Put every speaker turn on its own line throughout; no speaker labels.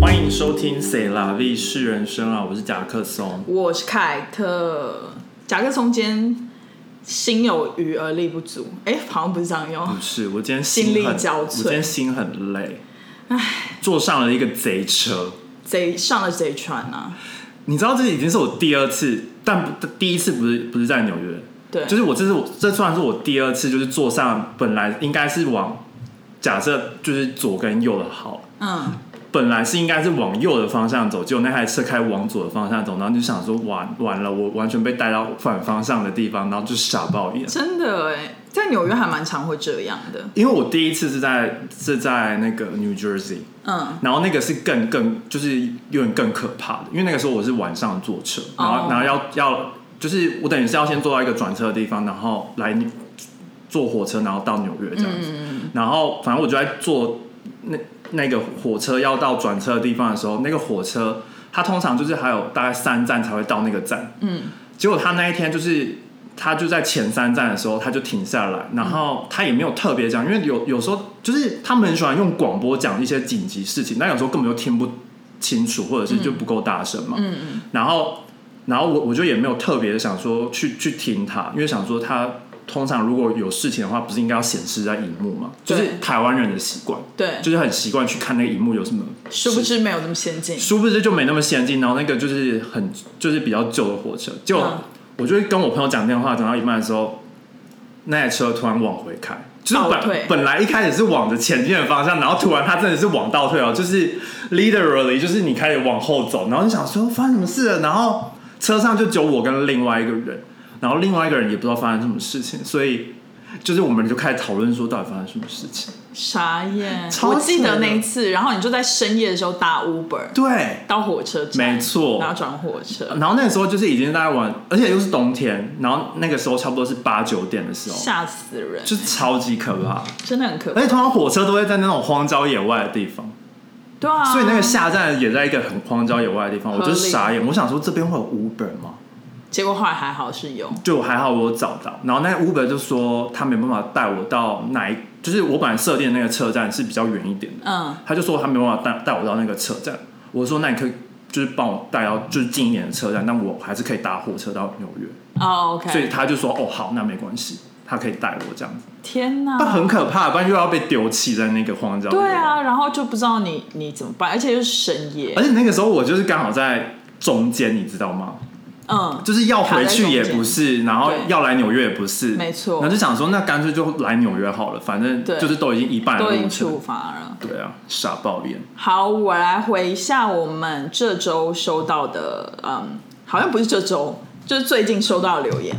欢迎收听《C 啦 V 是人生》啊，我是贾克松。
我是凯特，夹克松间心有余而力不足，哎、好像不是这样用
不。是，我今天
心
心
力
很，
交瘁
我今天心很累，唉，坐上了一个贼车。
贼上了贼船啊，
你知道这已经是我第二次，但不第一次不是不是在纽约，
对，
就是我这是我这算是我第二次，就是坐上本来应该是往假设就是左跟右的好，
嗯，
本来是应该是往右的方向走，结果那台车开往左的方向走，然后就想说完完了，我完全被带到反方向的地方，然后就傻爆眼。
真的哎、在纽约还蛮常会这样的，
因为我第一次是在是在那个 New Jersey，
嗯，
然后那个是更更就是有点更可怕的，因为那个时候我是晚上坐车，然后、
哦
然后要要就是我等于是要先坐到一个转车的地方，然后来坐火车，然后到纽约这样
嗯
子。然后反正我就在坐那那个火车要到转车的地方的时候，那个火车它通常就是还有大概三站才会到那个站，
嗯，
结果他那一天就是。他就在前三站的时候，他就停下来，然后他也没有特别讲，因为有有时候就是他们很喜欢用广播讲一些紧急事情，但有时候根本就听不清楚，或者是就不够大声嘛。
嗯嗯，
然后，然后我我就也没有特别的想说去去听他，因为想说他通常如果有事情的话，不是应该要显示在荧幕嘛？就
对
是台湾人的习惯，
对，
就是很习惯去看那个荧幕有什么
殊不
事
知没有那么先进，
殊不知就没那么先进，然后那个就是很就是比较旧的火车，就、
嗯
我就跟我朋友讲电话，讲到一半的时候，那台车突然往回开，就是
倒退
本本来一开始是往着前进的方向，然后突然它真的是往倒退哦，就是 literally 就是你开始往后走，然后就想说发生什么事了，然后车上就只有我跟另外一个人，然后另外一个人也不知道发生什么事情，所以就是我们就开始讨论说到底发生什么事情，
傻眼。
超
我记
扯
得
的
那一次，然后你就在深夜的时候搭 Uber
对。
到火车站，
没错
然后转火车，
然后那个时候就是已经大概晚，而且又是冬天，然后那个时候差不多是八九点的时候，
吓死人，
就哎超级可怕。
真的很可怕
而。且通常火车都会在那种荒郊野外的地方，
对啊，
所以那个下站也在一个很荒郊野外的地方，我就
合理
傻眼。我想说这边会有 Uber 吗？
结果后来还好是有，
就还好我有找到，然后那个 Uber 就说他没办法带我到哪一，就是我本来设定的那个车站是比较远一点的，
嗯，
他就说他没办法带带我到那个车站。我说那你可以就是帮我带到就是近一点的车站，但我还是可以搭火车到纽约。
哦，OK，
所以他就说：“哦，好，那没关系，他可以带我这样子。”
天哪，
但很可怕，不然又要被丢弃在那个荒郊。
对，啊，然后就不知道你你怎么办，而且又是深夜
而，且那个时候我就是刚好在中间，你知道吗？
嗯，
就是要回去也不是，然后
对
要来纽约也不是，
没错
然后就想说，那干脆就来纽约好了，反正
对
就是都已经一半的
都已
路
经
程。
出发了。
对啊，傻爆眼。
好，我来回一下我们这周收到的，嗯，好像不是这周，就是最近收到的留言，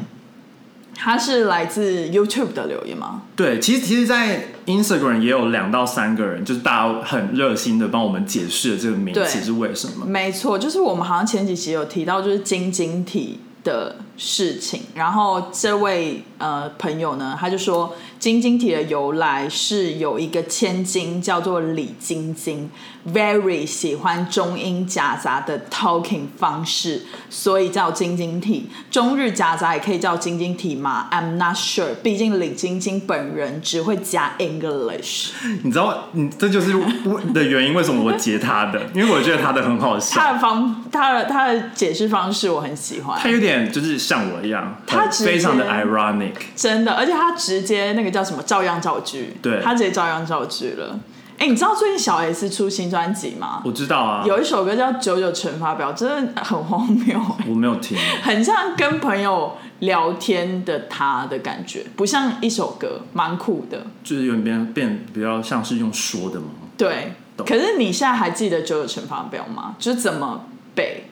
它是来自 YouTube 的留言吗？
对，其实其实，在 Instagram 也有两到三个人，就是大家很热心的帮我们解释了这个名
对
词是为什么。
没错，就是我们好像前几期有提到，就是晶晶体的事情。然后这位呃朋友呢，他就说晶晶体的由来是有一个千金叫做李晶晶，very 喜欢中英夹杂的 talking 方式，所以叫晶晶体。中日夹杂也可以叫晶晶体吗？I'm not sure，毕竟李晶晶本人只会加 English。
你知道，你这就是 我的原因，为什么我截他的？因为我觉得他的很好笑，
他的方，他的他的解释方式我很喜欢。
他有点就是像我一样，
他
很
直接
非常的 ironic。
真的，而且他直接那个叫什么照样造句，
对
他直接照样造句了。哎、你知道最近小 S 出新专辑吗？
我知道啊，
有一首歌叫《九九乘法表》，真的很荒谬、
我没有听，
很像跟朋友聊天的他的感觉，不像一首歌，蛮酷的。
就是有点变变比较像是用说的嘛。
对，
懂
可是你现在还记得九九乘法表吗？就是怎么背？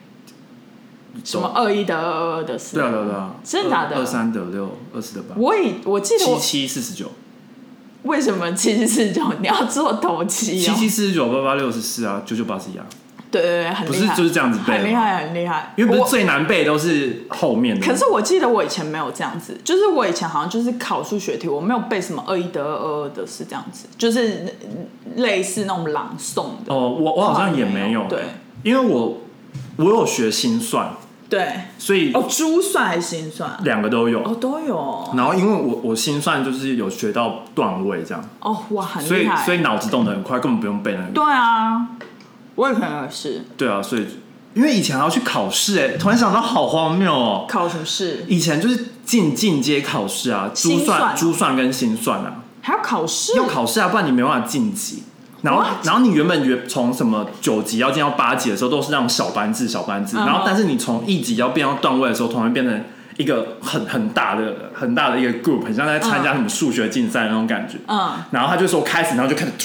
什么
懂？
二一得二，二二得四？
对啊对啊对啊，
真的假的
二二三得六，二四得八，
我以我记得
七
我
七四十九，
为什么七七四九你要做头
七
七、哦？
七四十九，八八六十四啊，九九八十一啊。
对对对，很
不
厉害，
是就是这样子背吗
很厉害，很厉害。
因为不
我
是最难背都是后面的。
可是我记得我以前没有这样子，就是我以前好像就是考数学题，我没有背什么二一得二，二二得四这样子，就是类似那种朗诵的。
哦，我我好像也没有，
对，
因为我我有学心算，
对，
所以
哦，珠算还是心算？
两个都有。
哦，都有哦，
然后因为我我心算就是有学到段位这样，
哦哇，很
所
厉
以
害。
所以脑子动得很快，根本不用背那个。
对啊，我有朋友也是
对啊，所以因为以前还要去考试，哎，突然想到好荒谬哦。
考什么试，
以前就是进进阶考试啊，珠
心
算、
算
珠算跟心算啊，
还要考试，
要考试啊，不然你没办法晋级。然后
What？
然后你原本原从什么九级要进到八级的时候，都是那种小班制、小班制。
嗯哼
然后，但是你从一级要变到段位的时候，突然变成一个很很大的、很大的一个 group，很像在参加什么数学竞赛那种感觉。
嗯，
然后他就说开始，然后就开始，你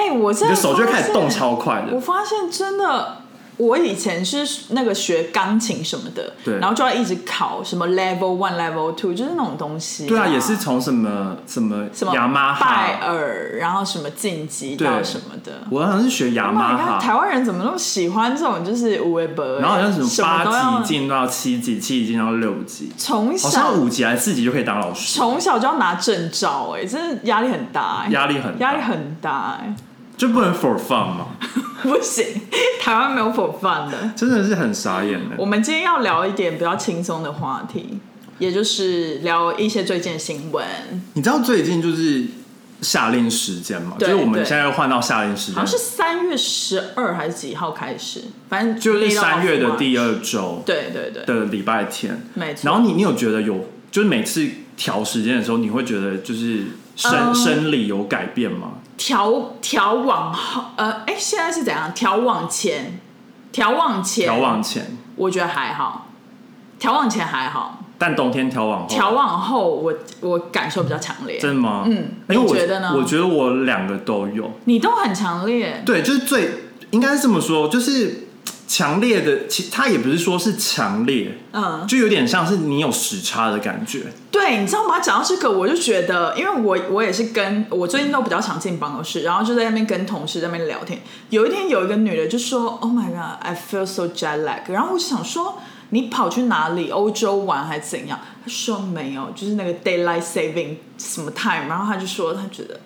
哎、我真
的
的
手就会开始动
发现
超快的
我。发现真的，我以前是那个学钢琴什么的，
对
然后就要一直考什么 level one、level two，就是那种东西、
对啊，也是从什么什么
什么
雅马
拜
哈，
呃耳，然后什么晋级
对
到什么的。
我好像是学雅马
Oh my god，台
哈，
湾人怎么那么喜欢这种就是无为博？
然后好像
什
什么
都
八
要
级进到七级，七级进到六级，
从
好像
小
五级还是四级就可以当老师。
从小就要拿证照、哎，真的压力很大、哎
压力很大
压力很大、哎，
就不能 for fun 嘛，
不行，台湾没有否饭的。
真的是很傻眼的欸
我。们今天要聊一点比较轻松的话题，也就是聊一些最近的新闻，
你知道最近就是夏令时间嘛，就
对
是我们现在又换到夏令时
好像
间，
是三月十二还是几号开始，反正
就是三月的第
二，
二周
对对对，
的礼拜天。
没错。
然后你你有觉得有，就是每次调时间的时候，你会觉得就是生、
嗯
生理有改变吗？
调调往后，呃，哎，现在是怎样？调往前，调往前，
调往前，
我觉得还好，调往前还好，
但冬天调往后，
调往后我我感受比较强烈，
哦真的吗？
嗯
因为我
你觉得呢
我觉得我两个都有，
你都很强烈，
对，就是最应该是这么说，就是强烈的，其它也不是说是强烈，
嗯，
就有点像是你有时差的感觉。
对，你知道吗？讲到这个，我就觉得，因为我我也是跟我最近都比较常进办公室，然后就在那边跟同事在那边聊天。有一天有一个女的就说：“Oh my god, I feel so jet lag。”然后我就想说。你跑去哪里？欧洲玩还是怎样？她说没有，就是那个 daylight saving 什么 time。然后她就说她觉得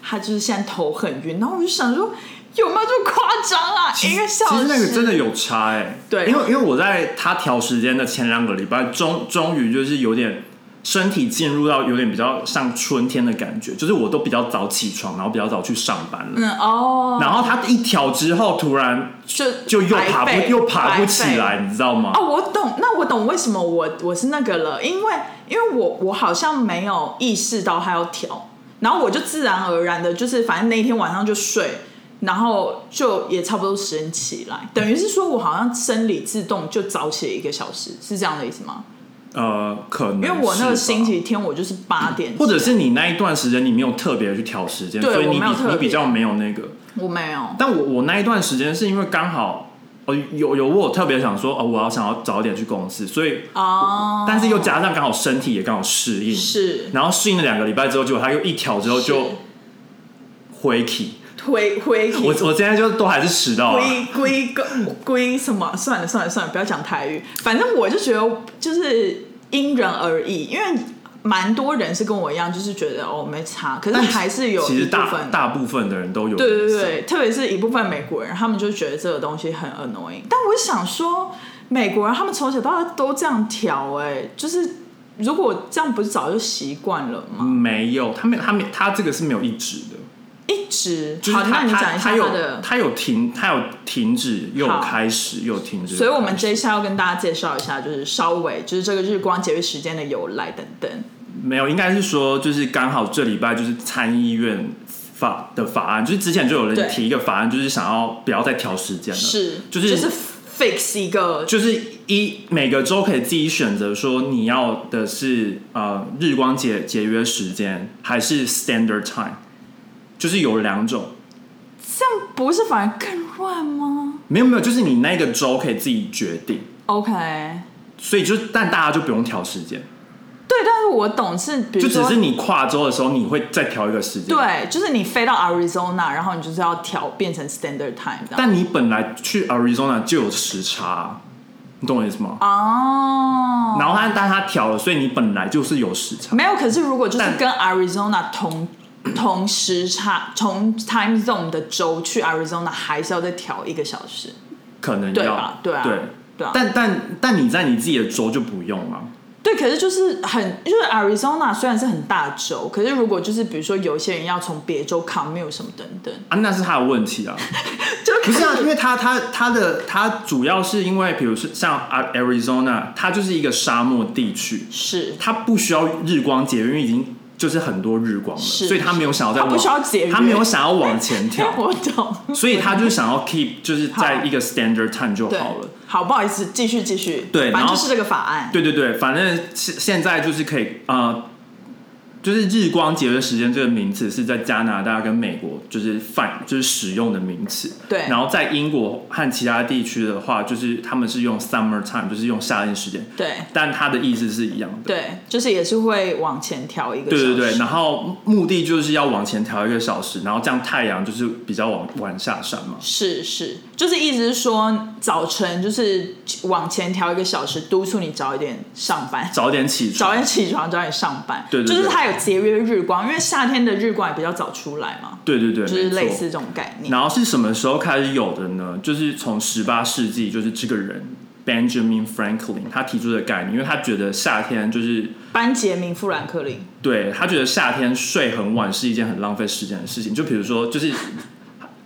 她就是现在头很晕。然后我就想说有没有这么夸张啊？一个小时
其实那个真的有差哎、欸，
对
因为因为我在他调时间的前两个礼拜，终终于就是有点身体进入到有点比较像春天的感觉，就是我都比较早起床，然后比较早去上班了。
嗯哦，
然后他一调之后，突然
就
就又
白
爬不
费
又爬不
白
起
费
来，你知道吗？
哦，我懂，那我懂为什么我我是那个了，因为因为我我好像没有意识到它要调，然后我就自然而然的，就是反正那一天晚上就睡，然后就也差不多时间起来，等于是说我好像生理自动就早起了一个小时，是这样的意思吗？
呃，可能
因为我那个
是吧
星期天我就是八点起来，
或者是你那一段时间你没有特别去调时间，
对
所以你
我没有
比
特别
你比较没有那个。
我没有，
但我我那一段时间是因为刚好，呃，有有我有特别想说，哦，我要想要早点去公司，所以，
哦，
但是又加上刚好身体也刚好适应，
是
然后适应了两个礼拜之后，结果他又一调之后
是
就回体，
回回
我我现在就都还是迟到啊了，
归归个归什么？算了算了算了，不要讲台语。反正我就觉得就是因人而异，因为蛮多人是跟我一样，就是觉得哦没差，可是
但
还是有
其
一
实
部
大
分。
大部分的人都有，
对对对，对，特别是一部分美国人，他们就觉得这个东西很 annoying。但我想说，美国人他们从小到大都这样调，哎，就是如果这样不是早就习惯了吗？
没有，他没他没他这个是没有一直的。
一直
就是
好，那
他
你
他
讲
他
一下他
有
的。
他有停他有停止又有
好
开始又有停止，
所以，我们
开始
这一下要跟大家介绍一下，就是稍微就是这个日光节约时间的由来等等。
没有，应该是说就是刚好这礼拜就是参议院法的法案，就是之前就有人
对
提一个法案，就是想要不要再调时间了，
是，
就是
嗯就是 fix 一个，
就是一每个州可以自己选择说你要的是呃日光节节约时间还是 standard time，就是有两种。
这样不是反而更乱吗
没有没有，就是你那个州可以自己决定，
？OK，
所以就但大家就不用调时间，
对，但是我懂是，比
就
如
只
说
是你跨州的时候你会再调一个时间。
对，啊就是你飞到 Arizona，然后你就是要调变成 standard time 这样。
但你本来去 Arizona 就有时差，你懂我意思吗？
哦，
然后他但他调了，所以你本来就是有时差。
没有，可是如果就是
但
跟 Arizona 同同时差同 time zone 的州去 Arizona，还是要再调一个小时，
可能
对
要
吧？对啊，
对
对啊。
但但但你在你自己的州就不用了，
对，可是就是很，就是 Arizona 虽然是很大州，可是如果就是比如说有一些人要从别州 commute 什么等等，
啊，那是他的问题啊，
就
不是啊，因
为
为他他他的他主要是因为，比如说像啊 Arizona，它就是一个沙漠地区，
是
它不需要日光节约，因为已经就是很多日光了，
是
所以他没有想要再
他
往，
不需要节约，
他没有想要往前 跳，
我懂，
所以他就是想要 keep 就是在
好
一个 standard time 就
对
好了。，
好，不好意思，继续继续，
对
反
然
正
后
就是这个法案，
对对对，反正现现在就是可以呃，就是日光节约时间这个名词是在加拿大跟美国就是泛就是使用的名词。
对
然后在英国和其他地区的话，就是他们是用 summer time，就是用夏令时间，
对
但它的意思是一样的。
对，就是也是会往前调一个，
对对对，然，后目的就是要往前调一个小时，然后这样太阳就是比较往往下山嘛。
是是，就是意思是说早晨就是往前调一个小时，督促你早一点上班，
早点起床，
早点起床，早点上班，
对对对
就是它有节约日光，因为夏天的日光也比较早出来嘛，
对对对，
就是
没错
类似这种概念。
然后是什么时候开始有的呢？就是从十八世纪，就是这个人 Benjamin Franklin 他提出的概念，因为他觉得夏天就是
班杰明·富兰克林，
对他觉得夏天睡很晚是一件很浪费时间的事情。就比如说，就是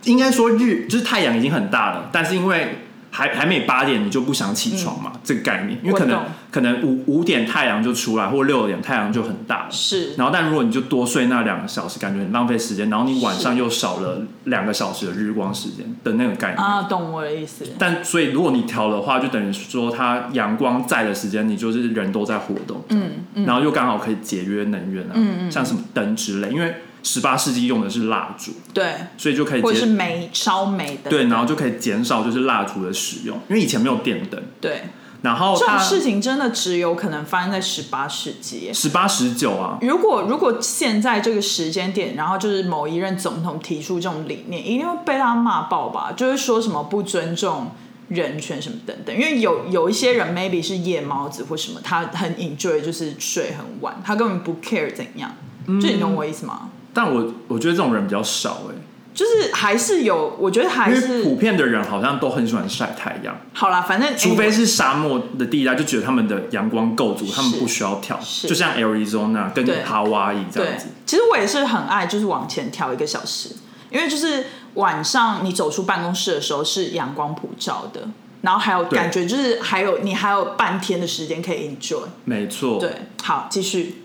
应该说日就是太阳已经很大了，但是因为还还没八点，你就不想起床嘛，这个概念，因为可
我
能
懂
可能五五点太阳就出来，或六点太阳就很大了。
是
然后，但如果你就多睡那两个小时，感觉很浪费时间，然后你晚上又少了两个小时的日光时间的那个概念。
啊，懂我的意思。
但所以如果你调的话，就等于说它阳光在的时间，你就是人都在活动，嗯，然后又刚好可以节约能源啊，嗯像什么灯之类，因为十八世纪用的是蜡烛，
对，
所以就可以
或者是
减
煤烧煤的，
对，然后就可以减少就是蜡烛的使用，因为以前没有电灯，
对，
然后
这
它
种事情真的只有可能发生在十八世纪耶。
十八十九啊，
如果如果现在这个时间点，然后就是某一任总统提出这种理念，一定会被他骂爆吧？就是说什么不尊重人权什么等等。因为有有一些人 maybe 是夜猫子或什么，他很 enjoy 就是睡很晚，他根本不 care 怎样。
嗯
就你懂我意思吗？
但我我觉得这种人比较少哎、
就是还是有，我觉得还
因为普
是
遍的人好像都很喜欢晒太阳，
好啦，反正
除非
anyway，
是沙漠的地带，就觉得他们的阳光够足，他们
是
不需要跳，
是
就像 Arizona 跟
对
Hawaii 这
对
样子。，
其实我也是很爱，就是往前调一个小时，因为就是晚上你走出办公室的时候是阳光普照的，然后还有
对
感觉就是还有你还有半天的时间可以 enjoy。
没错，
对，好，继续。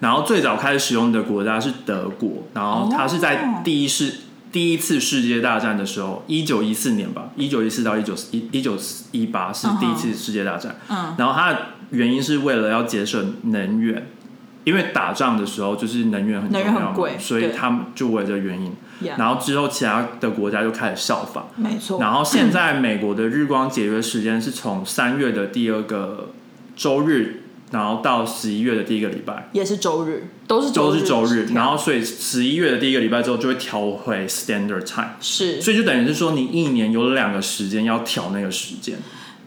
然后最早开始使用的国家是德国，然
哦
后它是在第一世、第一次世界大战的时候，一九一四年吧，一九一四到一九一一九一八是第一次世界大战。
嗯，
然后它的原因是为了要节省能源，因为打仗的时候就是能源很重
能源
要
很
嘛
贵，
所以
对
他们就为了这个原因。
Yeah
然后之后其他的国家就开始效仿，
没错。
然后现在美国的日光节约时间是从三月的第二个周日，然后到十一月的第一个礼拜，
也是周日，都哦是
都
日，
是周日。然
后
后所以十一月的第一个礼拜之后就会调回 standard time，
是
所以就等于是说你一年有两个时间要调那个时间，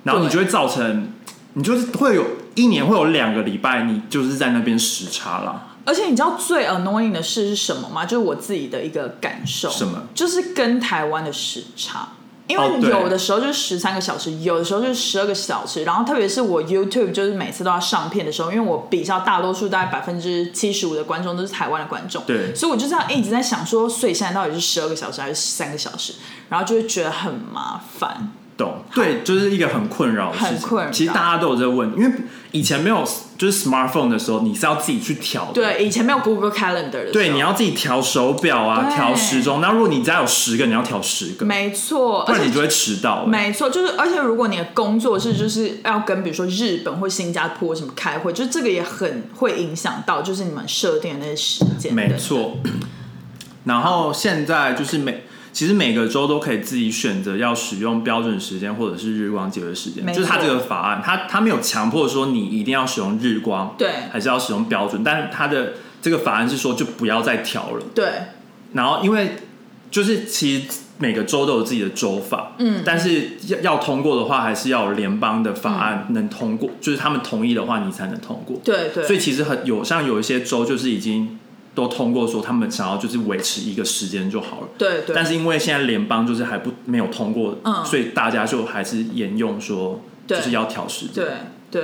然后你就会造成，你就是会有一年会有两个礼拜你就是在那边时差啦。
而且你知道最 annoying 的事是什么吗？就是我自己的一个感受，
什么？
就是跟台湾的时差，因
哦
为
对
有的时候就是十三个小时，有的时候就是十二个小时。然后特别是我 YouTube 就是每次都要上片的时候，因为我比较大多数大概百分之七十五的观众都是台湾的观众，
对
所以我就这样一直在想说，所以现在到底是十二个小时还是三个小时？然后就会觉得很麻烦，
懂，对，就是一个很困扰的事
很
情。
困扰
其实大家都有这个问题，因为以前没有就是 smartphone 的时候，你是要自己去调的。
对，以前没有 Google Calendar 的时候，
对，你要自己调手表啊，
对
调时钟。那如果你家有十个，你要调十个，
没错，
不
而且
然你就会迟到、欸。
没错，就是而且如果你的工作是就是要跟比如说日本或新加坡什么开会，就是这个也很会影响到就是你们设定的那些时间。
欸没，错。 然后现在就是每其实每个州都可以自己选择要使用标准时间或者是日光节约时间，
没
就是它
错
这个法案，它它没有强迫说你一定要使用日光，
对
还是要使用标准，但是它的这个法案是说就不要再调了。
对
然后因为就是其实每个州都有自己的州法，嗯，但是要要通过的话，还是要有联邦的法案能通过，就是他们同意的话，你才能通过。
对嗯对，
所以其实很有像有一些州就是已经都通过说他们想要就是维持一个时间就好了。
对对，
但是因为现在联邦就是还不没有通过，
嗯
所以大家就还是沿用说
对
就是要调时间。
对对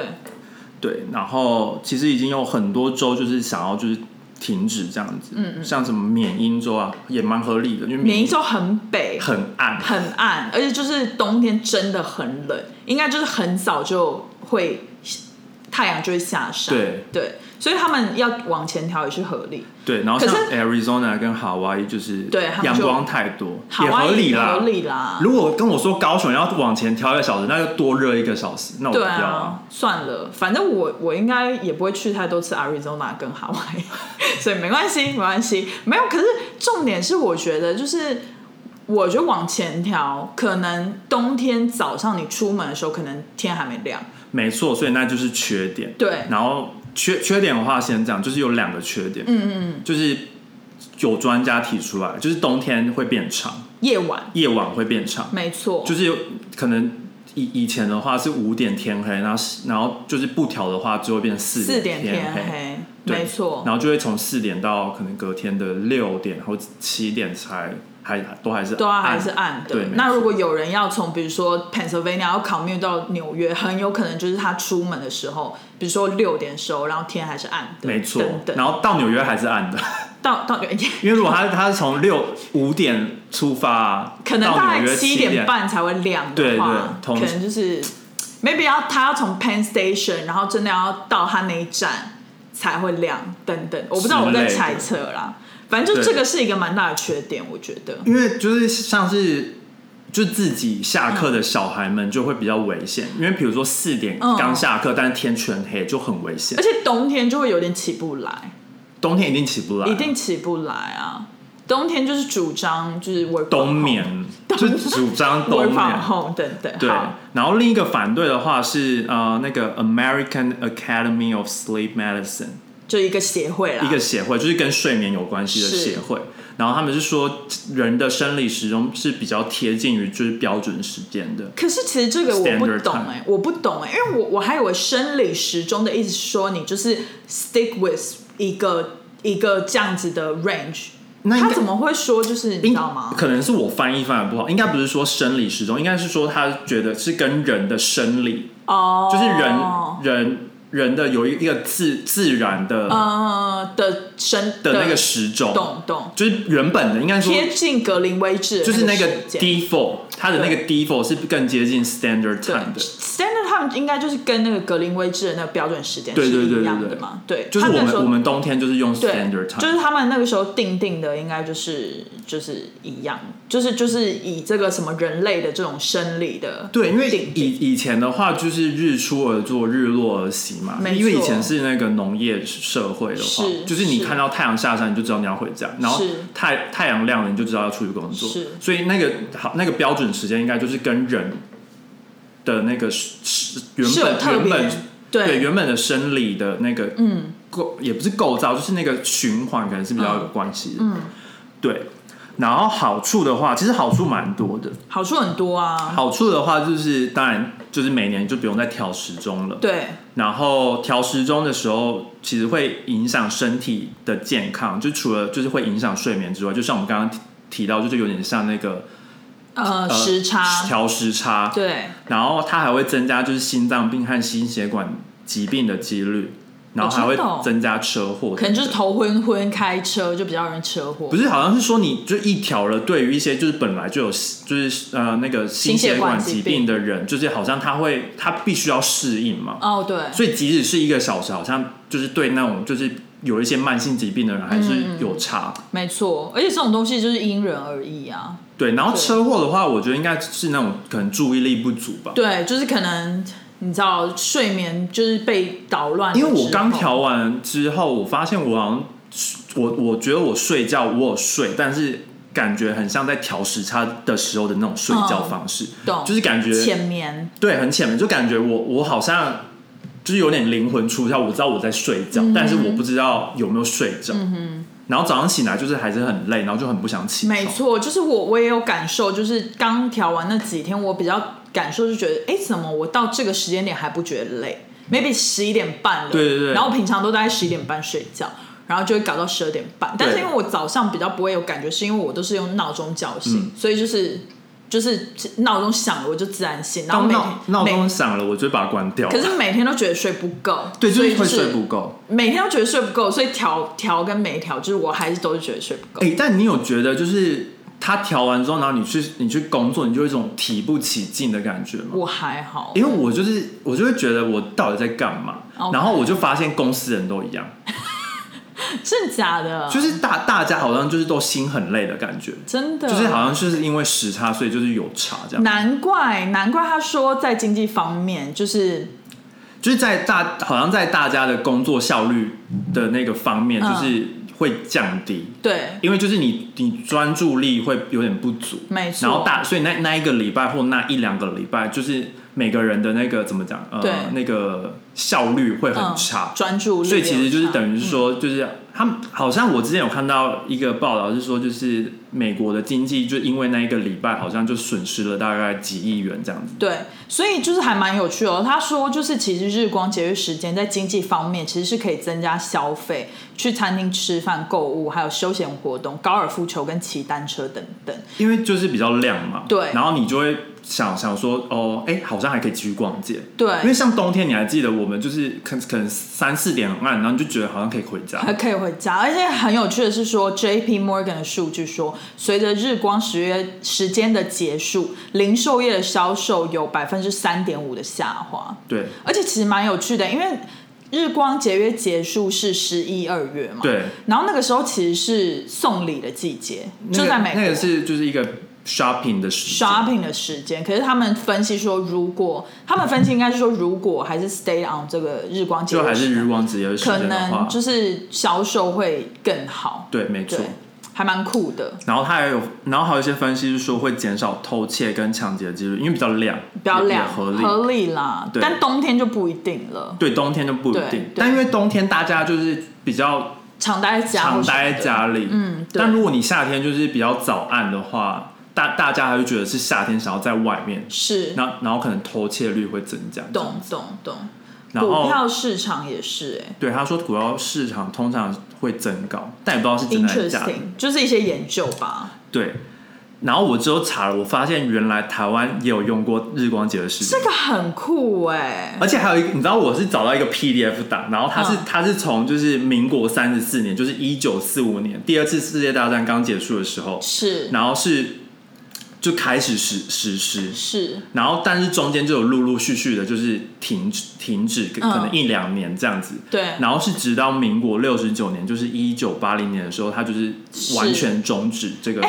对，然后其实已经有很多州就是想要就是停止这样子，嗯嗯，像什么缅因州啊，也蛮合理的，因为
缅
因
因州很北，
很暗，
很暗，而且就是冬天真的很冷，应该就是很早就会太阳就会下山，
对
所以他们要往前调也是合理。
对，然后像
可是
Arizona 跟 Hawaii 就是
对他们
阳
就
光太多，
好
也
啊
合理
也
啦，
合理啦，
如果跟我说高雄要往前调一个小时，那就多热一个小时，那我不
对
要
啊，算了，反正我我应该也不会去太多次 Arizona 跟 Hawaii，所以 没关系，没关系，没有。可是重点是，我觉得就是，我觉得往前调，可能冬天早上你出门的时候，可能天还没亮，
没错，所以那就是缺点。
对
然后缺缺点的话，先讲，就是有两个缺点，嗯嗯，就是有专家提出来，就是冬天会变长，
夜晚，
夜晚会变长，
没错，
就是有可能以以前的话是五点天黑，然后是然后就是不调的话就会变四
四点
点
天
黑。
黑，
对
没错，
然后就会从四点到可能隔天的六点或七点才还都还是
对啊，
暗
还是暗的
对。没
那
错
如果有人要从比如说 Pennsylvania 要 commute 到纽约，很有可能就是他出门的时候，比如说六点的时候，然后天还是暗的，
没错
等，等
然后到纽约还是暗的，
到 到纽约，
因为如果他他是从六五点出发，
可能
到
大
纽
概
约
七
点
点，半才会亮的话，
对对同
可能就是 maybe 要他要从 Penn Station，然后真的要到他那一站才会亮，等等，我不知道
之
我
类
在
的
猜测啦。反正就
对
这个是一个蛮大的缺点，我觉得。
因为就是像是就自己下课的小孩们就会比较危险，因为比如说四点
嗯
刚下课，但是天全黑就很危险
而，且冬天就会有点起不来，
冬天一定起不来，
一定起不来啊！冬天就是主张就是 work from
冬
home
眠，就是主张
work
冬眠
from。home 等等。
对
好，
然后另一个反对的话是呃那个 American Academy of Sleep Medicine，
就一个协会啦，
一个协会，就是跟睡眠有关系的
是
协会。然后他们是说，人的生理时钟是比较贴近于就是标准时间的。
可是其实这个我不
Standard
懂
time
哎、我不懂哎、因为我我还以为生理时钟的意思是说你就是 stick with 一个一个这样子的 range，
那应该
他怎么会说就是你
应
知道吗？
可能是我翻译翻的不好，应该不是说生理时钟，应该是说他觉得是跟人的生理，
哦，
就是人、人人的有一个自自然的、
呃的生
的那个时钟，
懂懂
就是原本的应该说
贴近格林威治的
就是那个
时间
default，它的那个 default 是更接近 standard
对
time 的。
standard 他们应该就是跟那个格林威治的那个标准时间
对
是
对对
一
对
样
对
的嘛？对，
就是
他
我
那
们
时候
我们冬天就是用
对
standard time，
就是他们那个时候定定的，应该就是就是一样，就是就是以这个什么人类的这种生理的
对，因为
定
以以前的话就是日出而作，日落而息嘛。
没错
因为以前是那个农业社会的话，
是
就是你
是
看到太阳下山，你就知道你要回家；然后
是
太太阳亮了，你就知道要出去工作
是。
所以那个好，那个标准时间应该就是跟人的那个是是原
是有
本
特
原
别
本
对
原本的生理的那个嗯构也不是构造，就是那个循环可能是比较有关系的。嗯，对。然后好处的话，其实好处蛮多的。
好处很多啊。
好处的话就是，当然就是每年就不用再调时钟了。
对，
然后调时钟的时候，其实会影响身体的健康，就除了就是会影响睡眠之外，就像我们刚刚提提到，就是有点像那个、
呃，
呃、
时差，
调时差。
对，
然后它还会增加就是心脏病和心血管疾病的几率，然后还
哦真的哦
会增加车祸等等。
可能就是头昏昏开车就比较容易车祸
不。是，好像是说你就一条了。对于一些就是本来就有就是呃那个心
血
血
管
管
疾
疾
病
病的人，就是好像他会他必须要适应嘛。
哦，对，
所以即使是一个小时，好像就是对那种就是有一些慢性疾病的人还
嗯
是有差。
没错，而且这种东西就是因人而异啊。
对，然后
对
车祸的话，我觉得应该是那种可能注意力不足吧。
对，就是可能你知道睡眠就是被捣乱了之
因
后，
为我刚调完之后，我发现我好像我我觉得我睡觉我有睡，但是感觉很像在调时差的时候的那种睡觉方式，
懂，
就是感觉
嗯浅眠，
对，很浅眠，就感觉我我好像就是有点灵魂出窍，我知道我在睡
嗯
觉，但是我不知道有没有睡着。然后早上醒来就是还是很累，然后就很不想起床。
没错，就是我我也有感受，就是刚调完那几天，我比较感受就觉得，哎，怎么我到这个时间点还不觉得累？maybe 十一点半了，
对对对
然后我平常都大概十一点半睡觉。然后就会搞到十二
嗯
点半，但是因为我早上比较不会有感觉，是因为我都是用闹钟叫醒，所以就是就是闹钟响了我就自然醒，然后
当
每
闹闹
天
钟
每
响了，我就把它关掉。
可是每天都觉得睡不够，
对，就
所以
是
就
会
是
睡不够。
每天都觉得睡不够，所以调调跟没调，就是我还是都是觉得睡不够。
哎、但你有觉得就是它调完之后，然后你去你去工作，你就有一种提不起劲的感觉吗？
我还好，
因为我就是我就会觉得我到底在干嘛
OK
然后我就发现公司人都一样，
嗯真的假的？
就是大大家好像就是都心很累的感觉，
真的，
就是好像就是因为时差，所以就是有差这样。
难怪难怪他说在经济方面就是
就是在大好像在大家的工作效率的那个方面，
嗯
就是会降低，
对
因为就是你你专注力会有点不足，
没错
然后大所以那那一个礼拜或那一两个礼拜，就是每个人的那个怎么讲
对
呃那个效率会很
嗯
差，
专注力，
所以其实就是等于是说，就是他们好像我之前有看到一个报道是说，就是美国的经济就因为那一个礼拜好像就损失了大概几亿元这样子，
对，所以就是还蛮有趣哦。他说，就是其实日光节约时间在经济方面其实是可以增加消费，去餐厅吃饭、购物，还有休闲活动、高尔夫球跟骑单车等等。
因为就是比较亮嘛，
对
然后你就会想想说，哦，哎、好像还可以继续逛街。因为
对，
哦像冬天，你还记得我们就是可可能三四点很暗，然后你就觉得好像可以回家。
还可以回家。而且很有趣的是说，J.P. Morgan 的数据说，随着日光时约时间的结束，零售业的销售有百分之三点五的下滑。
对
而且其实蛮有趣的，因为日光节约结束是十一二月嘛，
对，
然后那个时候其实是送礼的季节，
那
就
个
在美国、
那个是就是一个 shopping 的时间
shopping 的时间。可是他们分析说，如果他们分析应该是说，如果还是 stay on 这个日光节
就还
约
是
时
日
间，
光节约时
可
间的话
能，就是销售会更好。
对，没错
对。，还蛮酷的，
然后它还有，然后还有一些分析是说会减少偷窃跟抢劫的几率，因为比较亮，
比较
也也
亮，
合理。
啦。
对
但冬天就不一定了，
对，冬天就不一
对对
定，但因为冬天大家就是比较
常待在家，
常待在。家里，
嗯对
但如果你夏天就是比较早暗的话，大大家还会觉得是夏天想要在外面，
是，
然后然后可能偷窃率会增加。这样
懂懂懂。
然
股
后
票市场也是、哎
对他说，股票市场通常会增高，但也不知道是真的还是假的。
，interesting，就是一些研究吧。
对。然后我之后查了，我发现原来台湾也有用过日光节的事情
这。个很酷哎、
而且还有一个，你知道我是找到一个 PDF 档，然后它是、
嗯
它是从就是民国三十四年，就是一九四五年第二次世界大战刚结束的时候，
是
然后是就开始实实施，
是，
然后但是中间就有陆陆续续的，就是停止停止，可
嗯
可能一两年这样子。
对，
然后是直到民国六十九年，就是一九八零年的时候，它就是完全终止这个。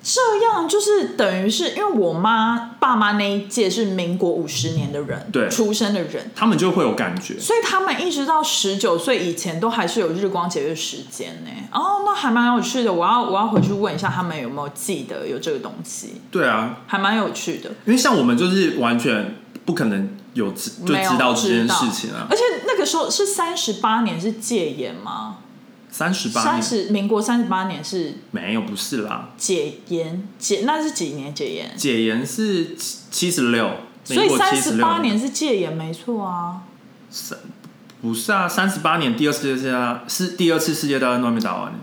这样就是等于是因为我妈爸妈那一届是民国五十年的人，
对
出生的人，
他们就会有感觉，
所以他们一直到十九岁以前都还是有日光节约时间呢、哦，那还蛮有趣的，我要我要回去问一下他们有没有记得有这个东西，
对啊，
还蛮有趣的。
因为像我们就是完全不可能有知就
没有
知道这件
知道
事情啊。
而且那个时候是三十八年是戒严吗？
三十八
三
年
十民国三十八年是
没有，不是啦，
解严解那是几年解严？
解严是七十六，
所以
民国
三
76
十八年是戒严，没错啊。
不是啊？三十八年第二次世界大是第二次世界大战都还没打完呢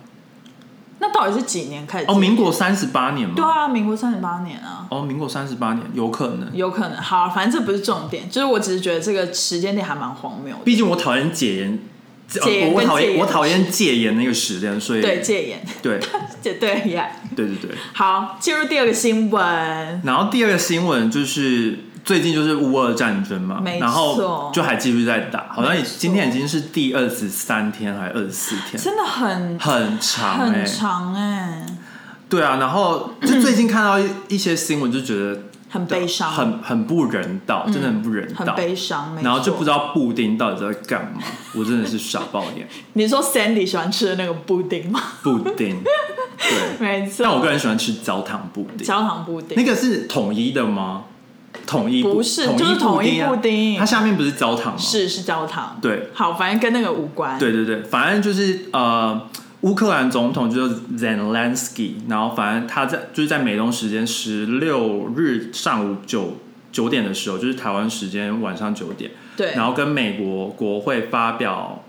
那到底是几年开始戒
哦，
严？
民国三十八年吗？
对啊，民国三十八年啊，
哦，民国三十八年有可能，
有可能。好，反正这不是重点，就是我只是觉得这个时间点还蛮荒谬的。
毕竟我讨厌解严，呃
解严
我我
跟
讨
戒
厌
严
我讨厌戒严那个时间，所以
对，戒严，
对
戒对呀。
对对对。
好，进入第二个新闻，
然后第二个新闻就是最近就是乌俄战争嘛
没，错
然后就还继续在打，好像也
没错
今天已经是第二十三天还是二十四天，
真的很
很长哎、
很长哎、
对啊，然后就最近看到一一些新闻，就觉得
很悲伤，嗯
很很不人道，真的很不人
很
道。
悲伤。没
然后就不知
道
道布丁到底在干嘛，我真的是傻爆眼。
你说 Sandy 喜欢吃的那个布丁吗？
布 丁，对，
没错，
但我个人喜欢吃焦糖布丁，
焦糖布丁
那个是统一的吗？统一布
不是
统
就是统一
啊
布丁
它下面不是焦糖吗？
是是焦糖，
对
好，反正跟那个无关。
对对对，反正就是呃，乌克兰总统就是 Zelensky，然后反正他在就是在美东时间十六日上午九九点的时候，就是台湾时间晚上九点，
对，
然后跟美国国会发表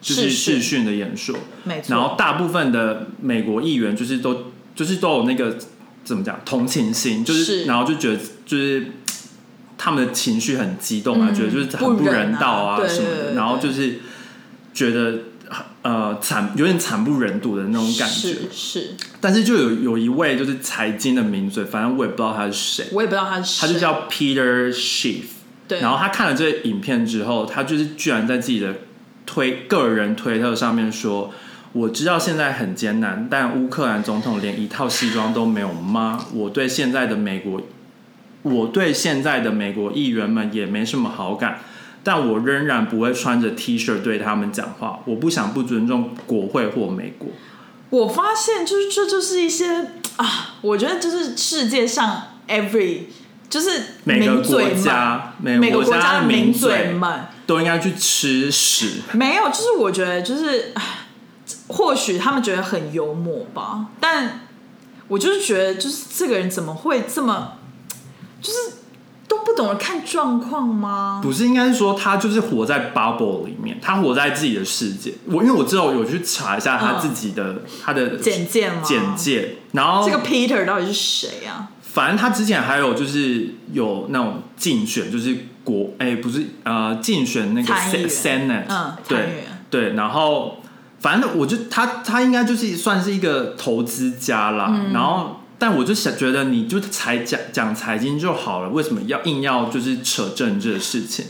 就是
视讯
视讯的演说，
没错，
然后大部分的美国议员就是都就是都有那个怎么讲同情心，就是
是
然后就觉得就是他们的情绪很激动啊，
嗯
觉得就是很
不
不
忍
人道
啊对
什么
对
的，
对
然后就是觉得呃惨有点惨不忍睹的那种感觉。
是是，
但是就有有一位就是财经的名嘴，反正我也不知道他是谁，
我也不知道他是
他
谁，
就叫 Peter Schiff。
对，
然后他看了这个影片之后，他就是居然在自己的推个人推特上面说：“我知道现在很艰难，但乌克兰总统连一套西装都没有吗？我对现在的美国，我对现在的美国议员们也没什么好感。”但我仍然不会穿着 T 恤对他们讲话，我不想不尊重国会或美国。
我发现就是这就是一些啊，我觉得就是世界上 every 就是
每个
名嘴
国
们
家每
每
个
个
国哎家
家
的
的
名
名嘴
嘴
们
都应该去吃屎。
没有，就是我觉得就是 唉或许他们觉得很幽默吧，但我就是觉得就是这个人怎么会这么就是都不懂得看状况吗？
不是，应该是说他就是活在 bubble 里面，他活在自己的世界。我因为我之后有去查一下他自己的、他的
嗯简介吗？
简介，然后
这个 Peter 到底是谁啊？
反正他之前还有就是有那种竞选，就是国哎、不是呃竞选那个
参议
sen-
员
senate，
嗯参议
对
员
对，然后反正我就他他应该就是算是一个投资家啦，
嗯
然后。但我就想觉得，你就财讲讲财经就好了，为什么要硬要就是扯政治的事情？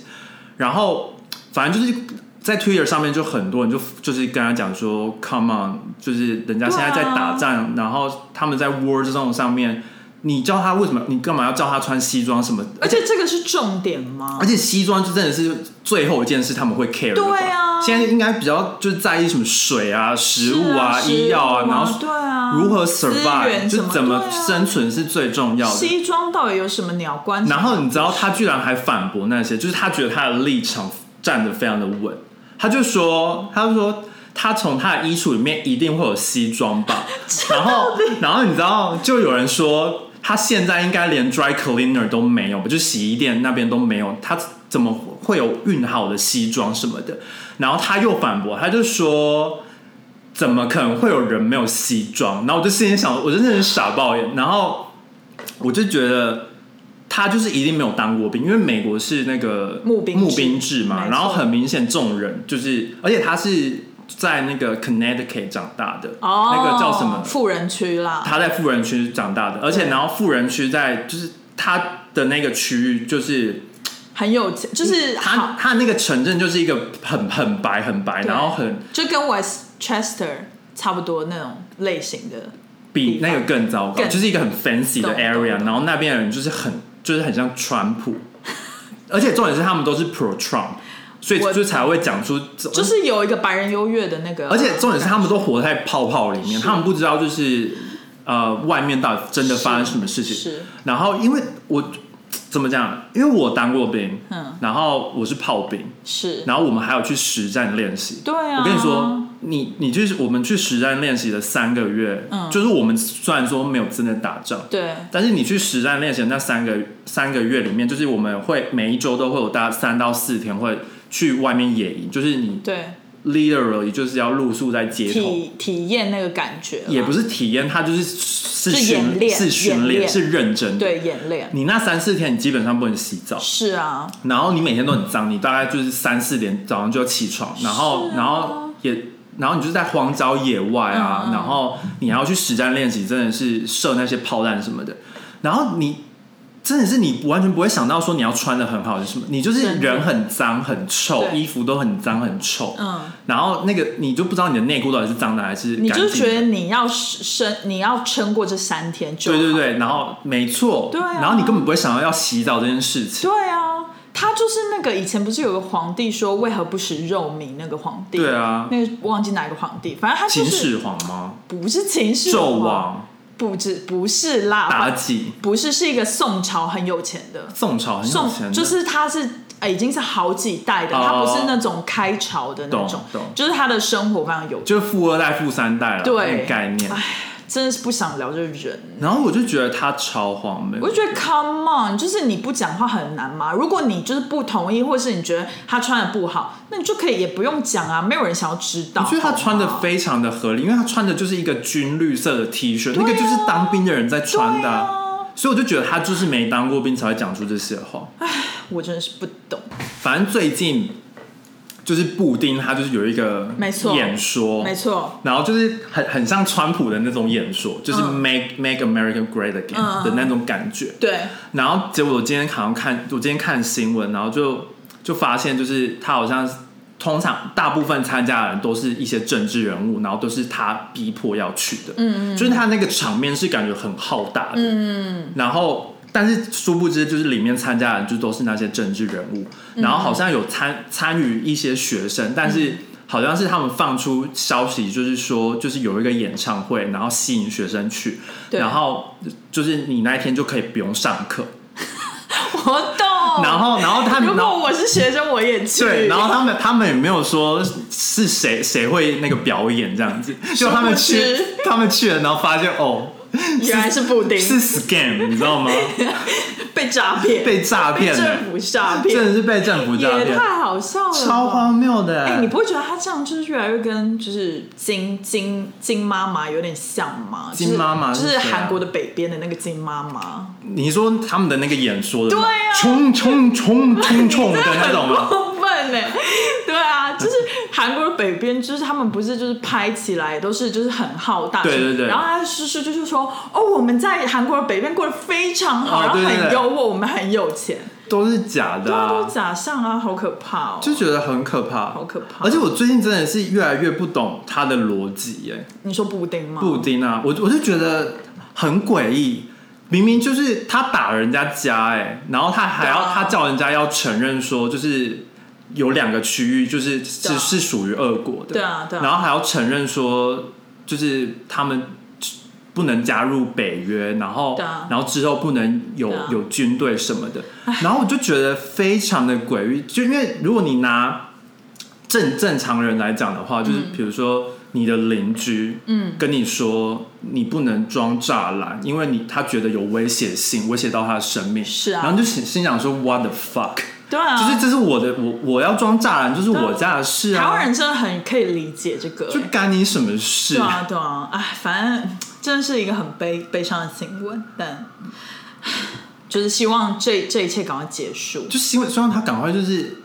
然后反正就是在 Twitter 上面就很多人就就是跟他讲说，Come on，就是人家
啊
现在在打仗，然后他们在 War Zone 上面，你叫他为什么？你干嘛要叫他穿西装什么？
而且这个是重点吗
而？且西装就真的是最后一件事他们会 care 的吧。
对啊
现在应该比较就是在意什么水啊、食物啊、
是
医药
食物
然后
对啊，
如何
资源
survive，
什
就怎么
对啊
生存是最重要的。
西装到底有什么鸟关系？
然后你知道他居然还反驳那些，就是他觉得他的立场站得非常的稳。他就说，他就说他从他的衣橱里面一定会有西装吧。然后，然后你知道，就有人说他现在应该连 dry cleaner 都没有吧，就洗衣店那边都没有，他怎么会有熨好的西装什么的？然后他又反驳，他就说。怎么可能会有人没有西装？然后我就心里想，我真的是傻爆眼。然后我就觉得他就是一定没有当过兵，因为美国是那个
募兵制
募兵制嘛，
没错
然后很明显这种人就是，而且他是在那个 Connecticut 长大的，
哦，
那个叫什么？
富人区啦，
他在富人区长大的，而且然后富人区在就是他的那个区域就是
很有钱，就是
他
好，
他那个城镇就是一个很很白很白，
对
然后很
就跟 Westchester 差不多那种类型的。
比那个更糟糕，
更
就是一个很 fancy 的
懂懂
area，
懂
然后那边的人就是很就是很像川普， 而且重点是他们都是 pro Trump，所以
我
就才会讲出
就
就是
有一个白人优越的那个，
而且重点是他们都活在泡泡里面，
是
他们不知道就是呃外面到底真的发生什么事情。
是
然后因为我怎么讲，因为我当过兵，
嗯
然后我是炮兵，
是，
然后我们还有去实战练习。
对啊，
我跟你说，你你就是我们去实战练习的三个月，
嗯
就是我们虽然说没有真的打仗，
对，
但是你去实战练习的那三个三个月里面，就是我们会每一周都会有大概三到四天会去外面野营，就是你
对，
literally 就是要露宿在街头，
体体验那个感觉啦，
也不是体验，它就是是
是演
训
练
是训
演
练，
练
是认真的。
对演练，
你那三四天，你基本上不能洗澡，
是啊，
然后你每天都很脏，你大概就是三四点早上就要起床，然后、
是啊
然后也然后你就是在荒郊野外啊，
嗯嗯
然后你还要去实战练习，真的是射那些炮弹什么的，然后你。真的是你完全不会想到说你要穿的很好是什么，你就是
真的
人很脏很臭，
对
衣服都很脏很臭，
嗯，
然后那个你就不知道你的内裤到底是脏的还是干
你
净的
就觉得你要生，你要撑过这三天就
对对
好
对，然后没错，
对啊
然后你根本不会想到要洗澡这件事情，
对啊，他就是那个以前不是有个皇帝说为何不食肉糜那个皇帝？
对啊
那个忘记哪个皇帝，反正他就
秦
是
始皇吗？
不是秦始
纣
皇，
王、
不是不是
妲
啦，
己、
不是是一个宋朝很有钱的，
宋朝很有
宋
钱的，
就是他是。呃已经是好几代的，
哦
他不是那种开朝的那种
懂懂，
就是他的生活非常有
就是富二代、富三代了，
对
那个概念。
真的是不想聊这个人。
然后我就觉得他超荒谬
我，就觉得 come on，就是你不讲话很难吗？如果你就是不同意，或是你觉得他穿的不好，那你就可以也不用讲啊，没有人想要知道。
我觉得他穿的
好吗
非常的合理，因为他穿的就是一个军绿色的 T 恤，
啊
那个就是当兵的人在穿的啊、所以我就觉得他就是没当过兵才会讲出这些话。
我真的是不懂。
反正最近就是布丁，他就是有一个
没错
演说，
没错，
然后就是很很像川普的那种演说，就是
嗯
make、make America great again
嗯
的那种感觉。
对，
然后结果我今天好像看，我今天看新闻，然后就就发现，就是他好像通常大部分参加的人都是一些政治人物，然后都是他逼迫要去的，嗯嗯，就是他那个场面是感觉很浩大的，嗯，然后。但是殊不知，就是里面参加的人就都是那些政治人物，然后好像有参参与一些学生，但是好像是他们放出消息，就是说就是有一个演唱会，然后吸引学生去，
对
然后就是你那一天就可以不用上课，
我懂。
然后，然后他
哦如
们，然
果
后
我是学生，我也去。
对，然后他们，他们也没有说是谁谁会那个表演这样子，就他们去
殊不知，
他们去了，然后发现哦，
原来是布丁
是 scam，你知 道吗？
被诈骗，
被诈骗了，
政府诈
真
骗，
的是被政府诈
也
骗，
太好笑了，
超荒。谬的。
哎、你不会觉得他这样就是越来越跟就是金金金妈妈有点像吗？
金妈妈
就是是
谁啊
韩国的北边的那个金妈妈，
你说他们的那个演说的吗，
对啊哎
冲冲冲冲冲的
真的
那种
很
吗？
过分呢、 对啊，就是韩国的北边，就是他们不是就是拍起来都是就是很浩大，
对对对
然后他叔叔就是说，哦，我们在韩国的北边过得非常好，
哦
然后
对对
很
对
优渥，我们很有钱，
都是假的
大家都
啊
是，假象啊，好可怕哦，
就觉得很可怕，
好可怕
而且我最近真的是越来越不懂他的逻辑耶。
你说布丁吗？
布丁啊，我我就觉得很诡异，明明就是他打人家家哎、然后他还要、
对啊
他叫人家要承认说就是。有两个区域就是
对
是
啊
是属于俄国的，
对啊对啊
然后还要承认说，就是他们不能加入北约，然后、
对啊
然后之后不能有、
对啊
有军队什么的，然后我就觉得非常的诡异，就因为如果你拿正正常人来讲的
嗯
话，就是比如说你的邻居，嗯，跟你说你不能装栅栏，因为你他觉得有危险性，威胁到他的生命，
是啊
然后就心心想说 What the fuck，、
对啊，
就是这是我的，我我要装栅栏，就是
对啊
我家的事
台湾
啊，
人真的很可以理解这个、欸
就干你什么事？
对啊，对啊，哎，反正真的是一个很悲悲伤的新闻，但就是希望这这一切赶快结束。
就希望希望他赶快就是。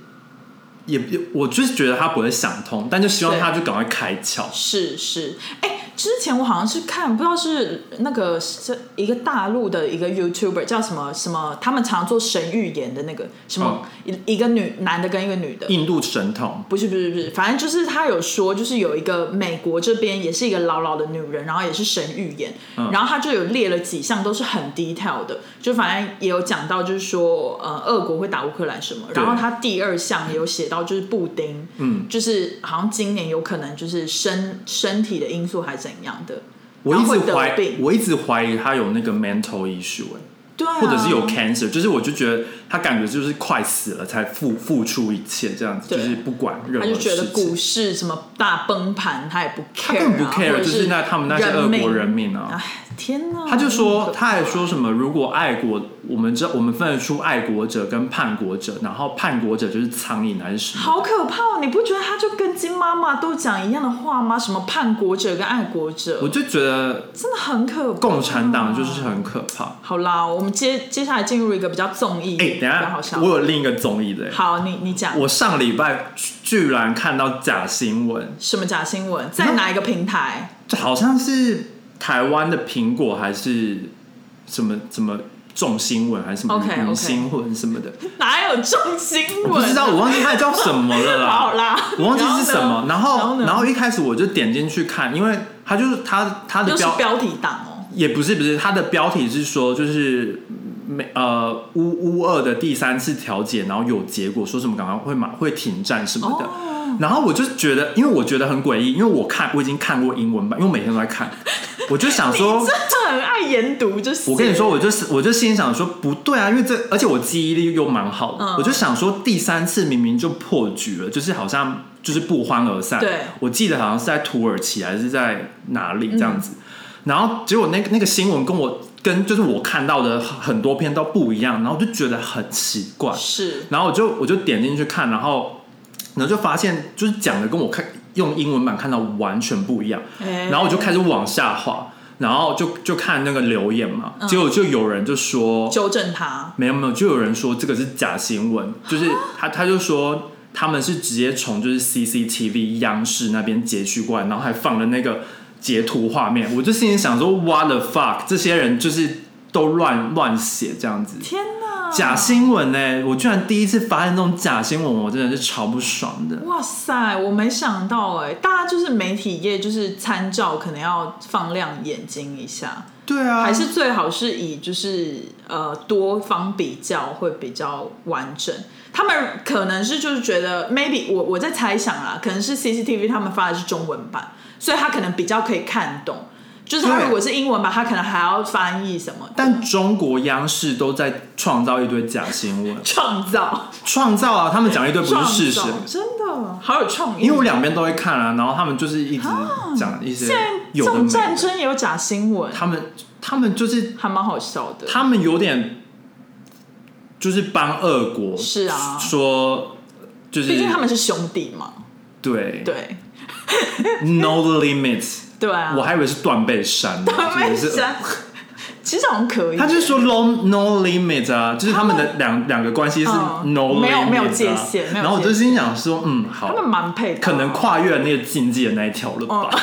也也，我就是觉得他不会想通，但就希望
对
他就赶快开窍。
是是，哎、之前我好像是看，不知道是那个是一个大陆的一个 YouTuber 叫什么什么，他们常做神预言的那个什
哦
么、一一个女男的跟一个女的，
印度神童，
不是不是不是，反正就是他有说，就是有一个美国这边也是一个老老的女人，然后也是神预言，
嗯
然后他就有列了几项都是很 detail 的，就反正也有讲到就是说，呃，俄国会打乌克兰什么，
对
然后他第二项也有写到就是布丁，
嗯，
就是好像今年有可能就是身身体的因素还是怎样的，
我
然
一
后会
直怀
得病，
我一直怀疑他有那个 mental issue，、欸
对、啊，
或者是有 cancer，就是我就觉得他感觉就是快死了才付付出一切这样子，
对
就是不管任
他
何
就
事情。
觉得股市什么大崩盘，他也不 care，、啊、
他根本不
或
care，
者
就是那他们那些俄国人民啊，
哎，天哪！
他就
很可
说
怕
他还说什么，如果爱国，我们这我们分得出爱国者跟叛国者，然后叛国者就是苍蝇还是什么？
好可怕哦！你不觉得他就跟金妈妈都讲一样的话吗？什么叛国者跟爱国
我
者，
就觉得
真的很可怕。
共产党就是很可怕。
好啦，我们接接下来进入一个比较综艺，
哎、等一
比较好笑
下，我有另一个综艺的、欸
好，你你讲
我上礼拜居然看到假新闻，
什么假新闻，在哪一个平台？
这好像是台湾的苹果还是什么什么重新闻还是什么
OK，OK
明星闻什么的，
哪有重新闻？
我不知道，我忘记它叫什么了
好
啦。
啦，
我忘记是什么，然
然
后
呢
然后一开始我就点进去看，因为它就是它它的
又是
标
标题党哦，
也不是不是，它的标题是说就是美呃乌乌二的第三次调解，然后有结果，说什么赶快会马会停战什么的。
哦
然后我就觉得，因为我觉得很诡异，因为我看我已经看过英文版，因为我每天都在看，我就想 说，
这很爱研读，就是
我跟你说，我就是我就心里想说不对啊，因为这而且我记忆力又蛮好的，
嗯
我就想说第三次明明就破局了，就是好像就是不欢而散。
对嗯
我记得好像是在土耳其还是在哪里这样子。然后结果那个那个新闻跟我跟就是我看到的很多篇都不一样，然后我就觉得很奇怪，
是
然后我就我就点进去看，然后然后就发现就是讲的跟我看用英文版看到完全不一样，
哎
然后我就开始往下滑，然后就就看那个留言嘛，
嗯
结果就有人就说
哎纠正他，
没有没有，就有人说这个是假新闻，就是他他就说他们是直接从就是 CCTV 央视那边截取过来，然后还放了那个截图画面，我就心里想说 What the fuck，这些人就是都乱乱写这样子。
天哪，
假新闻呢、我居然第一次发现这种假新闻，我真的是超不爽的。
哇塞，我没想到哎、大家就是媒体业，就是参照可能要放亮眼睛一下，
对啊，
还是最好是以就是呃多方比较会比较完整。他们可能是就是觉得 maybe 我我在猜想啦，可能是 CCTV 他们发的是中文版，所以他可能比较可以看懂。就是他
对
如果是英文版，他可能还要翻译什么的，
但中国央视都在创造一堆假新闻，
创造
创造啊，他们讲一堆不是事实
创。造真的啊好有创意。啊
因为我两边都会看啊，然后他们就是一直讲一些
现在这
有的
种
没
战
的，
争也有假新闻，
他们他们就是
还蛮好笑的。
他们有点就是帮俄国
是啊
说就是
毕竟他们是兄弟嘛，
对
对
no limit，
对啊。
我还以为是断背山啊呢，
他们
就是
想，其实好像可以。
他就是说 no no limit 啊，就是他们的两两个关系是
嗯
no limit，、啊
没有没有界限没有
然后我就
界限
心想说，嗯，好
他，们哦蛮配的啊，
可能跨越那个境界那一条了吧。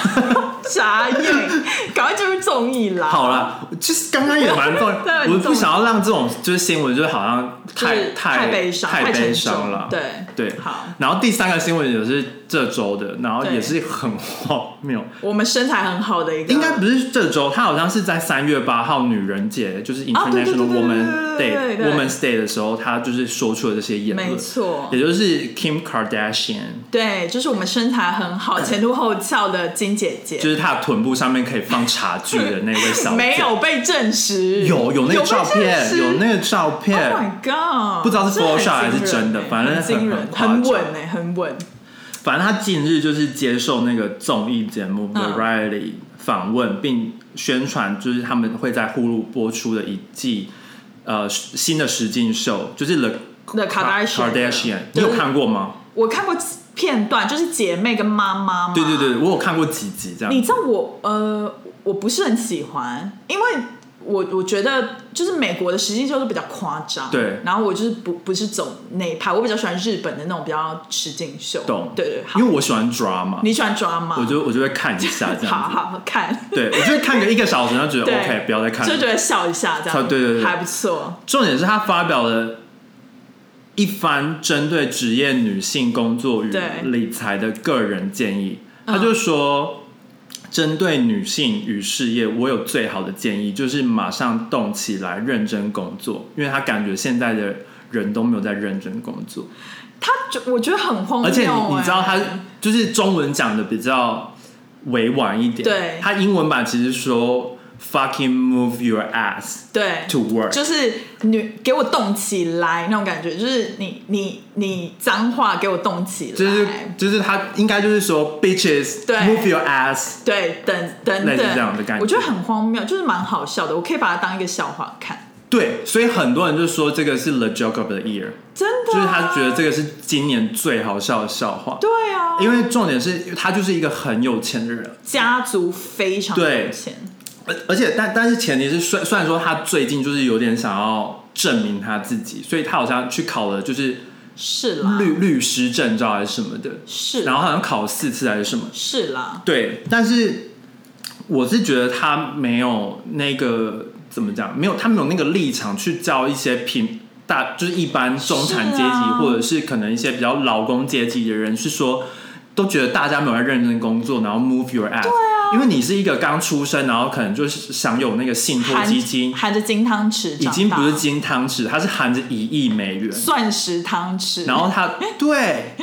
眨眼，赶快进入综艺啦。
好，了，其实刚刚也蛮重
对很
我
重
不想要让这种就是新闻，就是好像太、
就是
太
悲伤，
太
沉
悲
重
伤了。
对，
对，
好，
然后第三个新闻也是这周的，然后
对
也是很荒谬，
我们身材很好的一个，
应该不是这周，它好像是在三月八号女人节，就是
啊对
International
对对对
Woman
对
Day
对对对
Woman's Day 的时候，她就是说出了这些言论，
没错
也就是 Kim Kardashian，
对，就是我们身材很好、前凸后翘的金姐
嗯就
姐，
是她的臀部上面可以放茶具的那位小姐，
没有被证实，
有有那个照片，有
个。
那个照
Oh
片。
my god！
不知道是
这很
Photoshop 还是
惊人
真的
欸
反正
很惊
很
人，
很
很
夸张
稳哎，很稳。
反正他近日就是接受那个综艺节目
嗯
Variety 访问，并宣传就是他们会在呼噜播出的一季呃新的实境秀，就是 The
The Kardashian 嗯
Kardashian 你
就
有
是
看过吗？
我看过片段，就是姐妹跟妈妈嘛。
对对对，我有看过几集这样。
你知道我呃，我不是很喜欢，因为我我觉得就是美国的实境秀是比较夸张，
对
然后我就是不不是走那一派，我比较喜欢日本的那种比较实境秀。
懂
对对，好
因为我喜欢 drama，
你喜欢抓吗？
我就我就会看一下这
好
样子。
好好看，
对，我就会看个一个小时，然后觉得
对
OK，不要再看
就觉
了。
得笑一下这样，
对对对
还不错。
重点是他发表了一番针对职业女性工作与
对
理财的个人建议，
嗯
他就说。针对女性与事业，我有最好的建议，就是马上动起来，认真工作。因为他感觉现在的人都没有在认真工作，
他就我觉得很荒谬、
而且你
哎
你知道他就是中文讲的比较委婉一点，
对
他英文版其实说 “fucking move your ass
对
to work”，
就是女给我动起来那种感觉，就是你你你脏话给我动起来，
就是就是他应该就是说 bitches
对
move your ass，
对，等等
类
等，
似这样的感觉
我觉得很荒谬，就是蛮好笑的，我可以把它当一个笑话看，
对，所以很多人就说这个是 the joke of the year，
真的、
就是他觉得这个是今年最好笑的笑话，
啊对啊，
因为重点是他就是一个很有钱的人，
家族非常
对
有钱，
而而且但但是前提是虽虽然说他最近就是有点想要证明他自己，所以他好像去考了就是
是啦，
律律师证照还是什么的，
是
然后好像考了四次还是什么，
是啦，
对，但是我是觉得他没有那个怎么讲，没有他没有那个立场去教一些平大，就是一般中产阶级、
是啊
或者是可能一些比较劳工阶级的人，是说都觉得大家没有在认真工作，然后 move your ass。对啊，因为你是一个刚出生，然后可能就是享有那个信托
含
基金，
含着金汤匙长
已
大，
经不是金汤匙，它是含着一亿美元，
钻石汤匙，
然后它对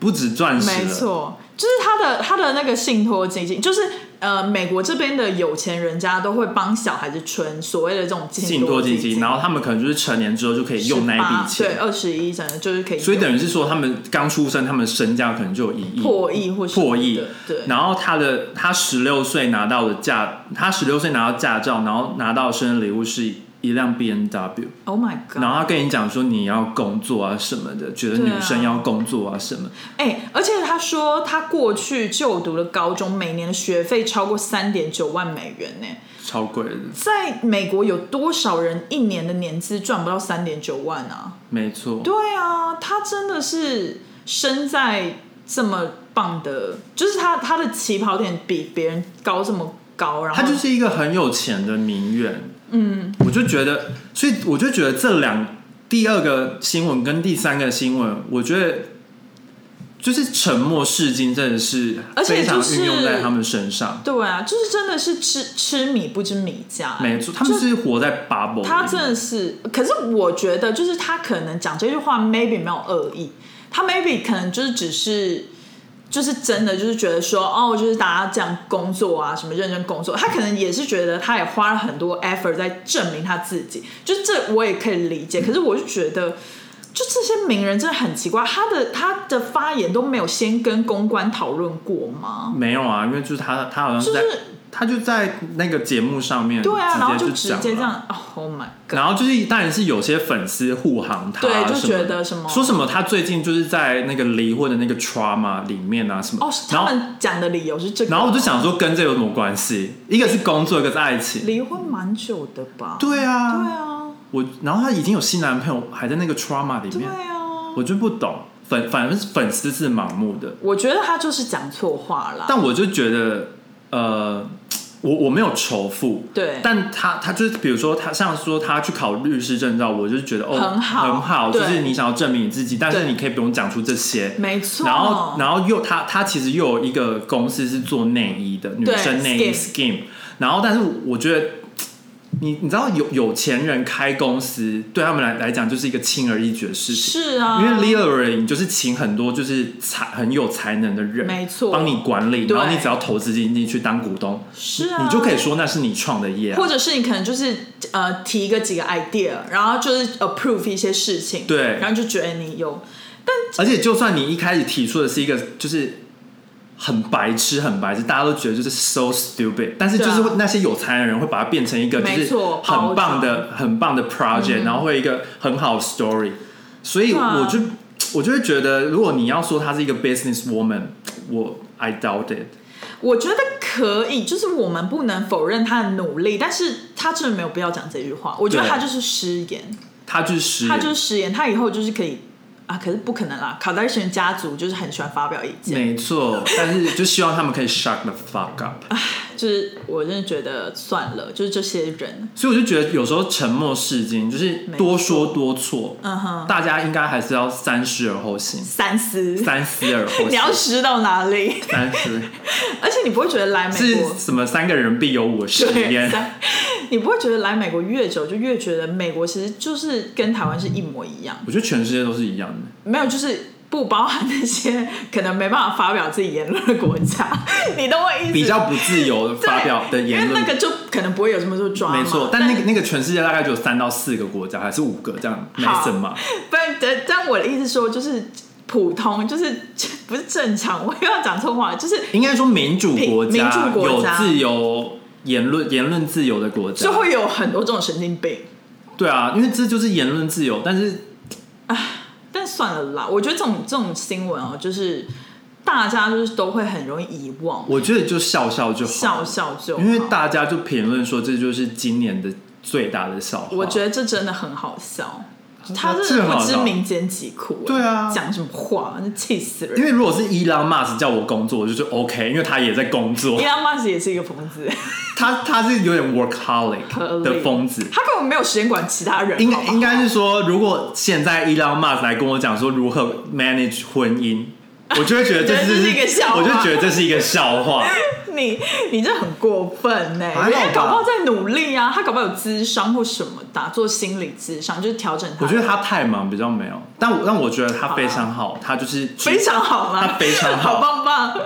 不止钻石了，
没错，就是他的他的那个信托基金，就是呃，美国这边的有钱人家都会帮小孩子存所谓的这种
信托基
基
金，然后他们可能就是成年之后就可以用那一笔
18对，
钱，
二十一整的就是可以用，
所以等于是说他们刚出生，他们身价可能就有一亿
破亿或什么
破亿
的对
然后他的他十六岁拿到的价他十六岁拿到驾照，然后拿到生日礼物是一辆 B N W，
Oh my
然
god！
后他跟你讲说你要工作啊什么的，觉得
对啊
女生要工作啊什么，
哎、而且他说他过去就读的高中每年的学费超过三点九万美元呢、
超贵的，
在美国有多少人一年的年资赚不到三点九万啊？
没错，
对啊，他真的是身在这么棒的，就是他他的起跑点比别人高这么高，然后
他就是一个很有钱的名媛。嗯，我就觉得，所以我就觉得这两第二个新闻跟第三个新闻，我觉得就是沉默是金，真的是
而且
非常
就是
运用在他们身上。
对啊，就是真的是吃吃米不知米价、
没错，他们是活在 bubble 里面。
他真的是，可是我觉得就是他可能讲这句话，maybe 没有恶意，他 maybe 可能就是只是。就是真的，就是觉得说，哦，就是大家这样工作啊，什么认真工作，他可能也是觉得，他也花了很多 effort 在证明他自己，就是这我也可以理解。可是我就觉得，就这些名人真的很奇怪，他的他的发言都没有先跟公关讨论过吗？
没有啊，因为就是他，他好像在，
就是
他就在那个节目上面，
对啊，然后就
就
直
讲
接这
了
样、哦、，Oh my god！
然后就是，当然是有些粉丝护航他、
对
啊，
就
什么
觉得什么
说什么他最近就是在那个离婚的那个 trauma 里面啊什么，
哦，
然
他
后
们讲的理由是这个，
然后我就想说跟这有什么关系？一个是工作，一个是爱情。
离婚蛮久的吧？
对啊，
对啊，
我然后他已经有新男朋友，还在那个 trauma 里
对
面，
啊。
我就不懂。粉反正粉丝是盲目的，
我觉得他就是讲错话啦。
但我就觉得，呃，我我没有仇富，
对，
但他他就是，比如说他像说他去考律师证照，我就觉得哦，
很好
很好，就
对
是你想要证明你自己，但是
对
你可以不用讲出这些。
没错。
然后，然后又他他其实又有一个公司是做内衣的，女
对
生内衣
Skin
Skin。然后，但是我觉得，你你知道有有钱人开公司对他们来来讲就是一个轻而易举的事情。
是啊，
因为 Leader 你就是请很多就是才很有才能的人，
没错
帮你管理，
对
然后你只要投资进去当股东，
是啊，
你就可以说那是你创的业、啊
或。者是你可能就是呃提一个几个 idea，然后就是 approve 一些事情，
对
然后就觉得哎你有
而且就算你一开始提出的是一个就是很白痴、很白痴，大家都觉得就是 so stupid，但是就是
对啊
那些有才的人会把它变成一个就
没
是
错
很棒
包嗯
的、很棒的 project，、然后会一个很好的 story。所以
对啊
我就我就会觉得，如果你要说她是一个 business woman，我 I doubt it。
我觉得可以，就是我们不能否认他的努力，但是他真的没有必要讲这句话。我觉得
对
他就是失言，
她就是实
他
验，
就是失言，他以后就是可以啊，可是不可能啦。卡戴珊家族就是很喜欢发表意见，
没错，但是就希望他们可以 shut the fuck up。
就是我真的觉得算了，就是这些人，
所以我就觉得有时候沉默是金，就是多说多错，
嗯哼，
大家应该还是要三思而后 行。
三思，
三思而后
你要
行。
湿到哪里？
三思
而且你不会觉得来美国
是什么？三个人必有我师
对，
焉。
三 你不会觉得来美国越久就越觉得美国其实就是跟台湾是一模一样，
我觉得全世界都是一样的，
没有就是。不包含那些可能没办法发表自己言论的国家， 你懂我意思？
比较不自由的
对
发表的言
因为
论
那，个就可能不会有这么多抓嘛。
没错。但那个那个全世界大概只有三到四个国家，还是五个这样，没什么。
不然，但但我的意思说，就是普通，就是 不是正常，我又要讲错话，就是
应该说民主国家
民主国
有
家
自由言论言论自由的国家
就，会有很多这种神经病。
对啊，因为这就是言论自由，但是
但算了啦，我觉得这种这种新闻哦，就是大家就是都会很容易遗忘，
我觉得就笑笑就好，
笑笑就好
因为大家就评论说这就是今年的最大的笑话。
我觉得这真的很好笑，他
这
是
很好
不
笑
知民间疾苦、哎
对啊
讲什么话，那气死
因
人。
为如果是伊朗马斯叫我工作，我就是 OK，因为他也在工 作
伊，朗马斯也是一个疯子，
他他是有点 workaholic 的疯子。
他根本没有时间管其他人，
应
好
该
不好
应该是说，如果现在伊朗马斯来跟我讲说如何 manage 婚姻，我就会觉得这
这是一个笑话
我就觉得这是一个笑 话。
你你这很过分呢、
还好吧
人家搞不好在努力啊，他搞不好有智商或什么的啊，做心理智商就是调整他。
我觉得他太忙，比较没有，但我但我觉得他非常好，他就是
非常好啦，
他非常好
好棒棒。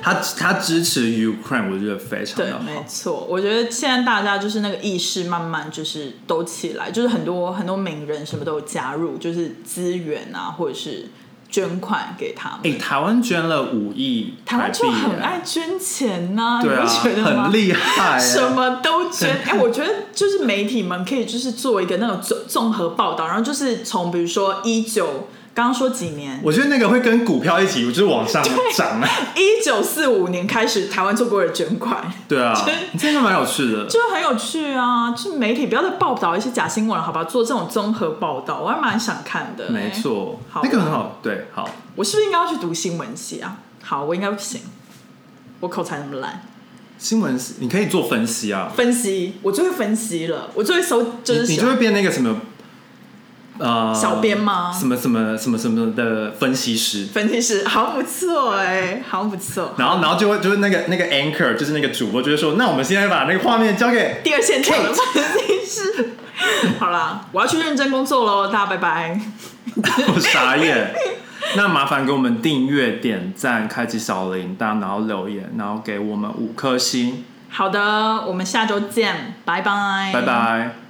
他他支持 Ukraine，我觉得非常
对
的，
没
好。
错，我觉得现在大家就是那个意识慢慢就是都起来，就是很多很多名人什么都有加入，就是资源啊，或者是捐款给他们。
哎、台湾捐了五亿
台
台
湾
币
就
耶，
很爱捐钱呐、
对啊，
你不觉得吗？
很厉害耶，
什么都捐。哎、我觉得就是媒体们可以就是做一个那种综综合报道，然后就是从比如说一九，刚刚说几年，
我觉得那个会跟股票一起，就是往上涨啊。
一九四五年开始台湾做过的捐款，
对啊
就，
这个蛮有趣的。
就很有趣啊。就是媒体不要再报道一些假新闻了，好吧？做这种综合报道，我还蛮想看的、
没，错
哎好，
那个很好。对，好，
我是不是应该要去读新闻系啊？好，我应该不行，我口才那么烂。
新闻是你可以做分析啊，
分析，我就会分析了，我就会搜，就是
你你
小
就会变那个什么，呃，
啊小编吗
什么什么什么什么的分析师，
分析师，好不错哎、好不错。
然后然后就会就是那个那个 anchor，就是那个主播就会说，那我们现在把那个画面交给
第二现场的分析师。好啦，我要去认真工作喽，大家拜拜。
我傻眼。那麻烦给我们订阅、点赞、开启小铃铛，然后留言，然后给我们五颗星，
好的，我们下周见，拜拜，
拜拜。